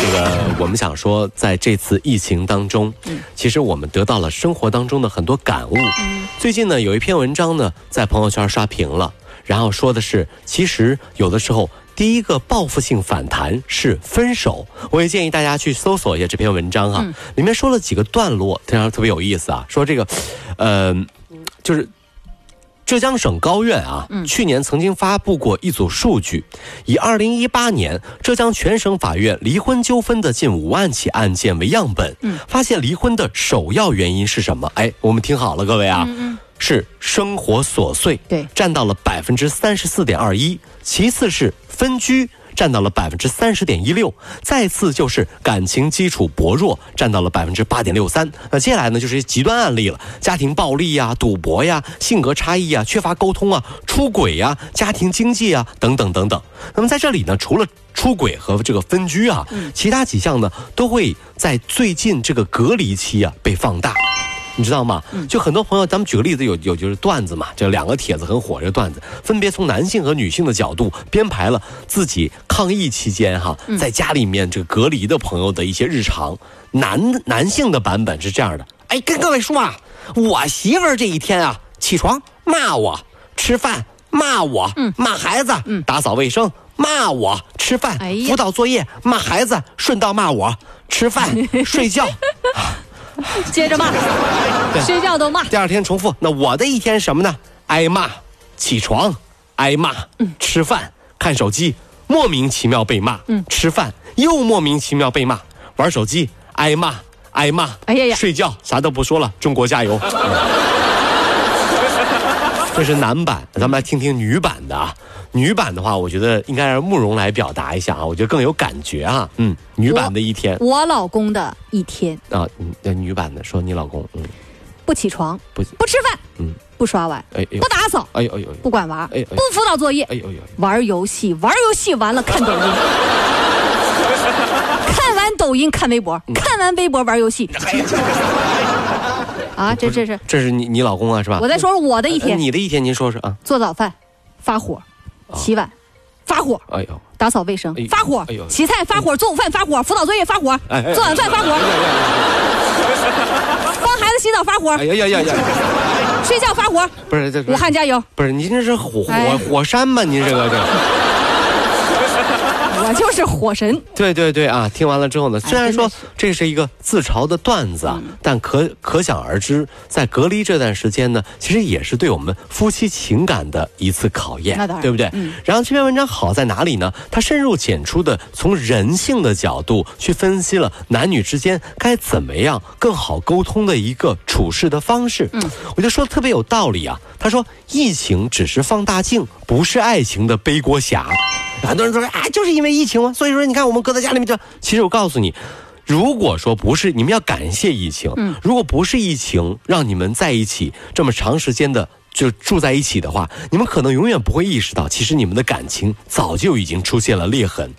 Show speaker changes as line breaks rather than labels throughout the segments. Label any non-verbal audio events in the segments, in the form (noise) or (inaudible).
这个我们想说，在这次疫情当中，其实我们得到了生活当中的很多感悟。最近呢，有一篇文章呢在朋友圈刷屏了，然后说的是，其实有的时候。第一个报复性反弹是分手，我也建议大家去搜索一下这篇文章哈、里面说了几个段落，非常特别有意思啊，说这个，呃，就是浙江省高院啊，去年曾经发布过一组数据，以二零一八年浙江全省法院离婚纠纷的近五万起案件为样本，发现离婚的首要原因是什么？哎，我们听好了，各位啊。是生活琐碎，
对
占到了百分之三十四点二一，其次是分居，占到了百分之三十点一六，再次就是感情基础薄弱，占到了百分之八点六三。那接下来呢，就是一些极端案例了，家庭暴力呀、赌博呀、性格差异啊、缺乏沟通啊、出轨呀、家庭经济啊等等等等。那么在这里呢，除了出轨和这个分居啊，其他几项呢都会在最近这个隔离期啊被放大。你知道吗？
嗯
就很多朋友，咱们举个例子，有有就是段子嘛，这两个帖子很火，这段子分别从男性和女性的角度编排了自己抗疫期间哈，
嗯
在家里面这个隔离的朋友的一些日常。男的男性的版本是这样的，哎，跟各位说啊，我媳妇儿这一天啊，起床骂我，吃饭骂我，
嗯
骂孩子，打扫卫生骂我，吃饭，
哎呀
辅导作业骂孩子，顺道骂我，吃
(laughs)
饭睡觉。
接着骂，睡觉都骂。
第二天重复。那我的一天是什么呢？挨骂，起床，挨骂，
嗯
吃饭，看手机，莫名其妙被骂，
嗯
吃饭又莫名其妙被骂，玩手机，挨骂，挨骂，
哎呀呀
睡觉啥都不说了，中国加
(laughs)
油。这是男版，咱们来听听女版的啊。女版的话，我觉得应该让慕容来表达一下啊，我觉得更有感觉啊。嗯，女版的一天
我老公的一天
啊，嗯女版的说你老公，嗯，
不起床，
不，
不吃饭，
嗯
不刷碗，
哎哎呦
不打扫，
哎呦哎呦，
不管娃，
哎哎
不辅导作业，
哎呦哎呦。
玩游戏，玩游戏完了看
(laughs)
抖音，看完抖音看微博，
嗯
看完微博玩
(laughs)
游戏。
哎
啊，这这是
这是你你老公啊，是吧？
我再说说我的一
呃
天：
你的一天，您说说啊。
做早饭，发火；洗碗，发火；
哎呦，
打扫卫生
哎呦，
发火
哎呦；
洗菜发火，做午饭发火，辅导作业发火
哎哎，
做晚饭发火，帮孩子洗澡发火
哎，呀呀呀呀！
睡觉发火。
不是这，
武汉加油！
不是您这是火火
哎
火山吧？您这个这，
我就是火神，
对对对啊！听完了之后呢，虽然说
哎真的是嗯
这是一个自嘲的段子啊，但可可想而知，在隔离这段时间呢，其实也是对我们夫妻情感的一次考验，
那当然嗯
对不对？然后这篇文章好在哪里呢？它深入浅出的从人性的角度去分析了男女之间该怎么样更好沟通的一个处事的方式。嗯，我觉得说的特别有道理啊。他说，疫情只是放大镜，不是爱情的背锅侠。很多人都说啊，就是因为疫情嘛，所以说你看我们搁在家里面就……其实我告诉你。如果说不是，你们要感谢疫情。如果不是疫情让你们在一起这么长时间的就住在一起的话，你们可能永远不会意识到，其实你们的感情早就已经出现了裂痕。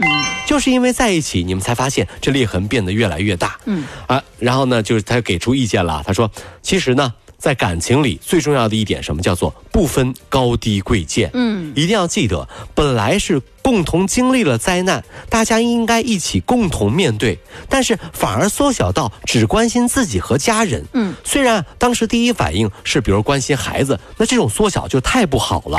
就是因为在一起，你们才发现这裂痕变得越来越大。嗯啊，然后呢，就是他给出意见了，他说，其实呢。在感情里最重要的一点，什么叫做不分高低贵贱？嗯，一定要记得，本来是共同经历了灾难，大家应该一起共同面对，但是反而缩小到只关心自己和家人。嗯，虽然当时第一反应是比如关心孩子，那这种缩小就太不好了。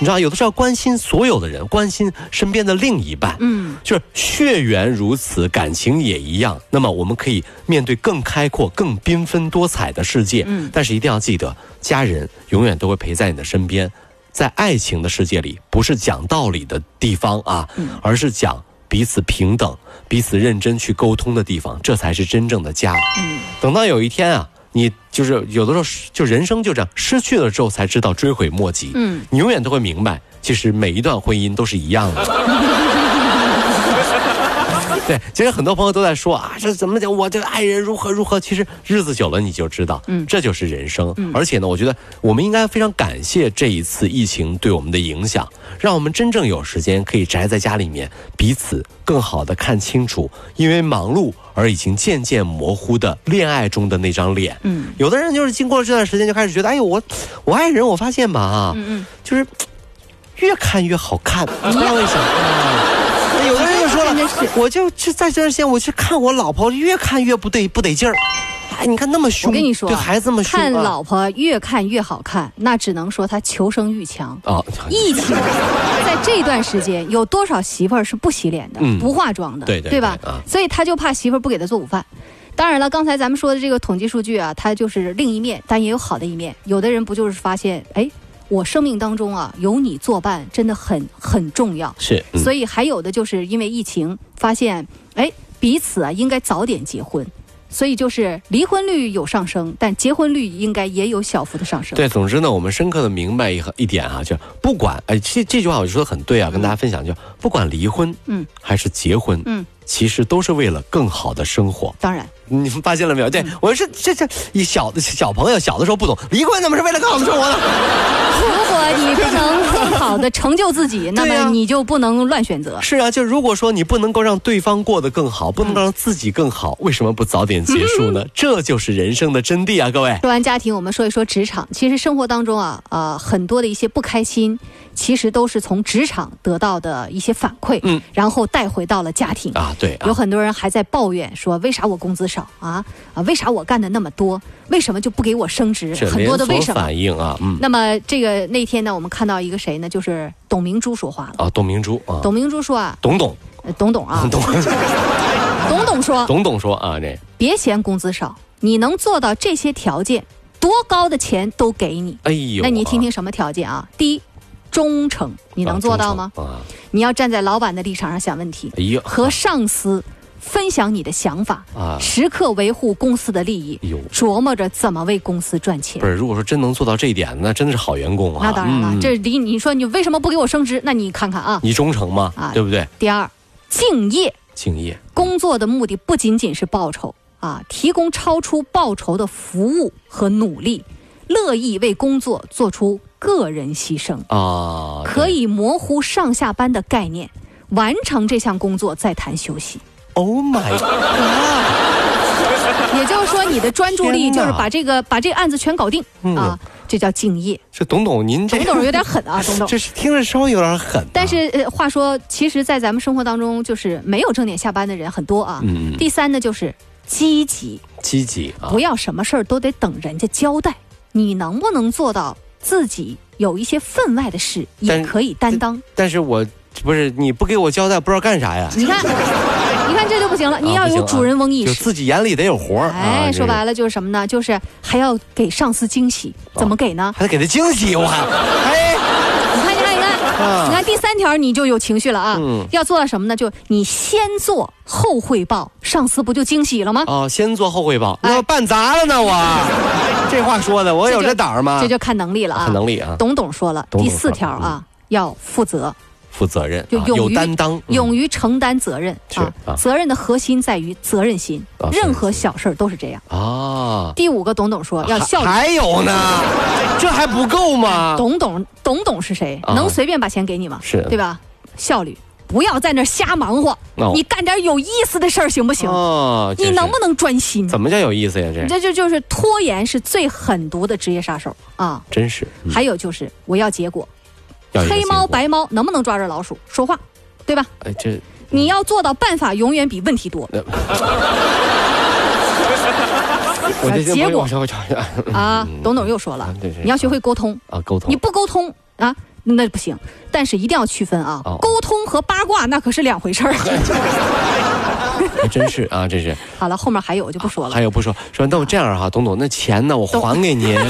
你知道，有的时候要关心所有的人，关心身边的另一半，嗯，就是血缘如此，感情也一样。那么我们可以面对更开阔、更缤纷多彩的世界，嗯，但是一定要记得，家人永远都会陪在你的身边。在爱情的世界里，不是讲道理的地方啊，而是讲彼此平等、彼此认真去沟通的地方，这才是真正的家。等到有一天啊，你就是有的时候是就人生就这样失去了之后，才知道追悔莫及。嗯，你永远都会明白，其实每一段婚姻都是一样的。 (laughs) 对，其实很多朋友都在说啊，这怎么讲？我这个爱人如何如何？其实日子久了你就知道，嗯，这就是人生。而且呢，我觉得我们应该非常感谢这一次疫情对我们的影响，让我们真正有时间可以宅在家里面，彼此更好的看清楚，因为忙碌而已经渐渐模糊的恋爱中的那张脸。嗯，有的人就是经过了这段时间就开始觉得，哎呦，我我爱人，我发现吧，嗯嗯，就是越看越好看，不知道为啥。有的人就说
(laughs)
了，我就去在这段时间，我去看我老婆，越看越不对不得劲儿。哎，你看那么凶，
我跟你说，
对孩子那么凶啊，
看老婆越看越好看，那只能说她求生欲强。
啊，
疫情在这段时间，有多少媳妇儿是不洗脸的、
嗯
不化妆的，
对对
吧？
对啊
所以他就怕媳妇儿不给他做午饭。当然了，刚才咱们说的这个统计数据啊，它就是另一面，但也有好的一面。有的人不就是发现，哎，我生命当中啊有你作伴，真的很很重要。
是，嗯
所以还有的就是因为疫情，发现哎彼此啊应该早点结婚，所以就是离婚率有上升，但结婚率应该也有小幅的上升。
对，总之呢，我们深刻的明白一个一点啊，就是不管哎，这这句话我说的很对啊，跟大家分享，就是不管离婚，
嗯，
还是结婚，
嗯，
其实都是为了更好的生活。
当然，
你们发现了没有？对，
嗯
我是这这一小的小朋友小的时候不懂，离婚怎么是为了更好的生活呢？
如果你不能更好的成就自己，那
对呀
么你就不能乱选择。
是啊，就如果说你不能够让对方过得更好，不
嗯
能够让自己更好，为什么不早点结束
(laughs)
呢？这就是人生的真谛啊，各位。
说完家庭，我们说一说职场。其实生活当中啊，呃，很多的一些不开心，其实都是从职场得到的一些反馈，
嗯，
然后带回到了家庭
啊，对啊
有，很多人还在抱怨说，为啥我工资少啊？啊，为啥我干的那么多？为什么就不给我升职？
是
很多的
连
为
锁
什么？
反应啊，嗯，
那么这个那天呢，我们看到一个谁呢？就是董明珠说话了。
啊，董明珠啊，
董明珠说啊，
董董
呃董董啊，
(laughs) 董
(laughs) 董董说，
董董说啊，这，
别嫌工资少，你能做到这些条件，多高的钱都给你。
哎呦，
那你听听什么条件啊？第一，忠诚，你
你
能做到吗？
啊，
你要站在老板的立场上想问题，
哎呦，
和上司分享你的想法
啊
时刻维护公司的利益
哎呦，
琢磨着怎么为公司赚钱
不。是，如果说真能做到这一点，那真的是好员工啊。
那当然了，
嗯
这离你说你为什么不给我升职？那你看看啊。
你忠诚吗？
啊
对不对？
第二，敬业，
敬业，
工作的目的不仅仅是报酬啊，提供超出报酬的服务和努力，乐意为工作做出个人牺牲，
啊，
可以模糊上下班的概念，完成这项工作再谈休息。
对。Oh
(laughs)
my
啊
god！
也就是说，你的专注力
天
就
哪
是把这个把这个案子全搞定、啊，这叫敬业。
嗯这董董您这
董董有点狠啊，董
(laughs)
董
这。是听着稍微有点狠啊，
但是呃，话说，其实，在咱们生活当中，就是没有正点下班的人很多啊。
嗯
第三呢，就是积极，
积极啊
不，要什么事儿都得等人家交代，你能不能做到自己有一些分外的事
但
也可以担当？
但是我不是你不给我交代，不知道干啥呀？
你看，你看这就不行了，你
啊
要
不行
有
啊
主人翁意
就
识。
自己眼里得有活儿。啊
哎，说白
了，
了就是什么呢？就是还要给上司惊喜，
啊
怎么给呢？
还得给他惊喜，我还
(laughs)
哎，
你看，你看，你看，
啊
你看第三条你就有情绪了啊！
嗯
要做到什么呢？就你先做后汇报，上司不就惊喜了吗？
哦，先做后汇报，那
哎
办砸了呢
(laughs)
我。这话说的，我有
这就
这胆儿吗
这？就看能力了啊！
看能力啊，
董董说了，
董
第
董
四条啊，要负责，
负责任，
就
啊
勇
有
于
担当，嗯
勇于承担责任
是啊
责任的核心在于责任心
啊，
任何小事儿都是这样。
啊，
第五个，董董说要
还
效率。
还有呢，这还不够吗？
董董，董董是谁？
啊
能随便把钱给你吗？
是
对吧？效率，不要在那儿瞎忙活
哦，
你干点有意思的事儿行不行？
哦，
你
真是
能不能专心？
怎么叫有意思呀？这
这就就是拖延是最狠毒的职业杀手啊！
真是嗯
还有就是我要结果，
要有一个
黑猫
结果
白猫能不能抓着老鼠说话，对吧？
哎这
你要做到办法永远比问题多
我这
呃结果
我我我我
啊！董董又说了
啊嗯对对，
你要学会沟通，
啊沟通
你不沟通啊那不行，但是一定要区分啊
哦，
沟通和八卦那可是两回事儿。
还真是啊，这是
好了，后面还有我就不说了
还。有不说说，那我这样哈，董董，那钱呢？我还给
(laughs)
您。
哎，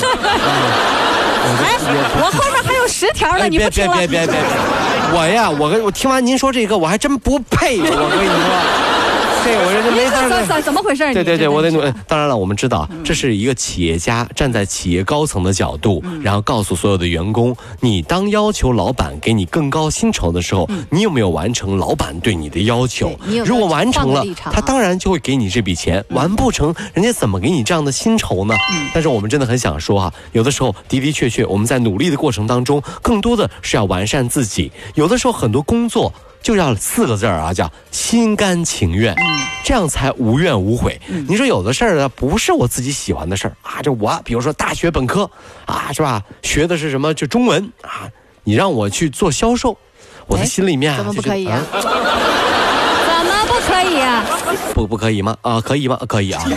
我后面还有十条呢，
哎
你
别
不
别
听
别别别！
了？ (laughs) (laughs)
别我呀，我跟我听完您说这个，我还真不配。我跟你说，这我这就没法
这嗯
弄
怎。怎怎么回事儿？
对
你
对对，
真的
我得
是
努。当然了，我们知道这是一个企业家站在企业高层的角度，
嗯
然后告诉所有的员工：你当要求老板给你更高薪酬的时候，你有没有完成老板对你的要求
嗯对你？有没有
如果完成
换
了
个立，场啊
他当然就会给你这笔钱。
嗯
完不成，人家怎么给你这样的薪酬呢？但是我们真的很想说哈、有的时候的的确确，我们在努力的过程当中，更多的是要完善自己。有的时候很多工作。就要四个字儿啊，叫心甘情愿。
嗯
这样才无怨无悔。你说有的事儿呢，不是我自己喜欢的事儿啊，这我比如说大学本科啊，是吧？学的是什么？就中文啊，你让我去做销售，我的
哎
心里面啊
怎么
就
不
觉得
可以啊？怎么不可以啊？
不不可以吗？啊，可以吗？可以
(laughs)
啊。
哎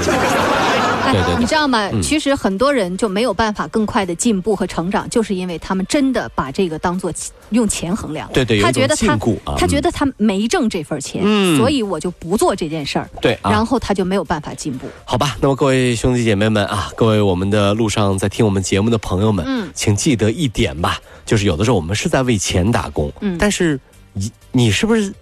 对对嗯对
你知道吗？其实很多人就没有办法更快的进步和成长，就是因为他们真的把这个当做用钱衡量。
对对有一
他
种
觉得他
禁锢啊
他
嗯
觉得他没挣这份钱，
嗯
所以我就不做这件事儿。
对啊
然后他就没有办法进步。
好吧，那么各位兄弟姐妹们啊，各位我们的路上在听我们节目的朋友们，
嗯
请记得一点吧，就是有的时候我们是在为钱打工，
嗯
但是你你是不是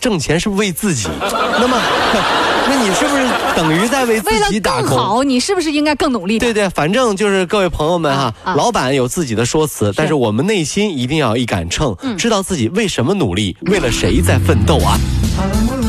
挣钱是为自
(laughs)
己？那么， (laughs) 那你是不是等于在为自
为了
己打
更
工？
好，你是不是应该更努力点？
对对，反正就是各位朋友们哈
啊，啊
老板有自己的说辞，但是我们
嗯
内心一定要一杆秤，知道自己为什么努力，为了谁在奋斗啊。
I'm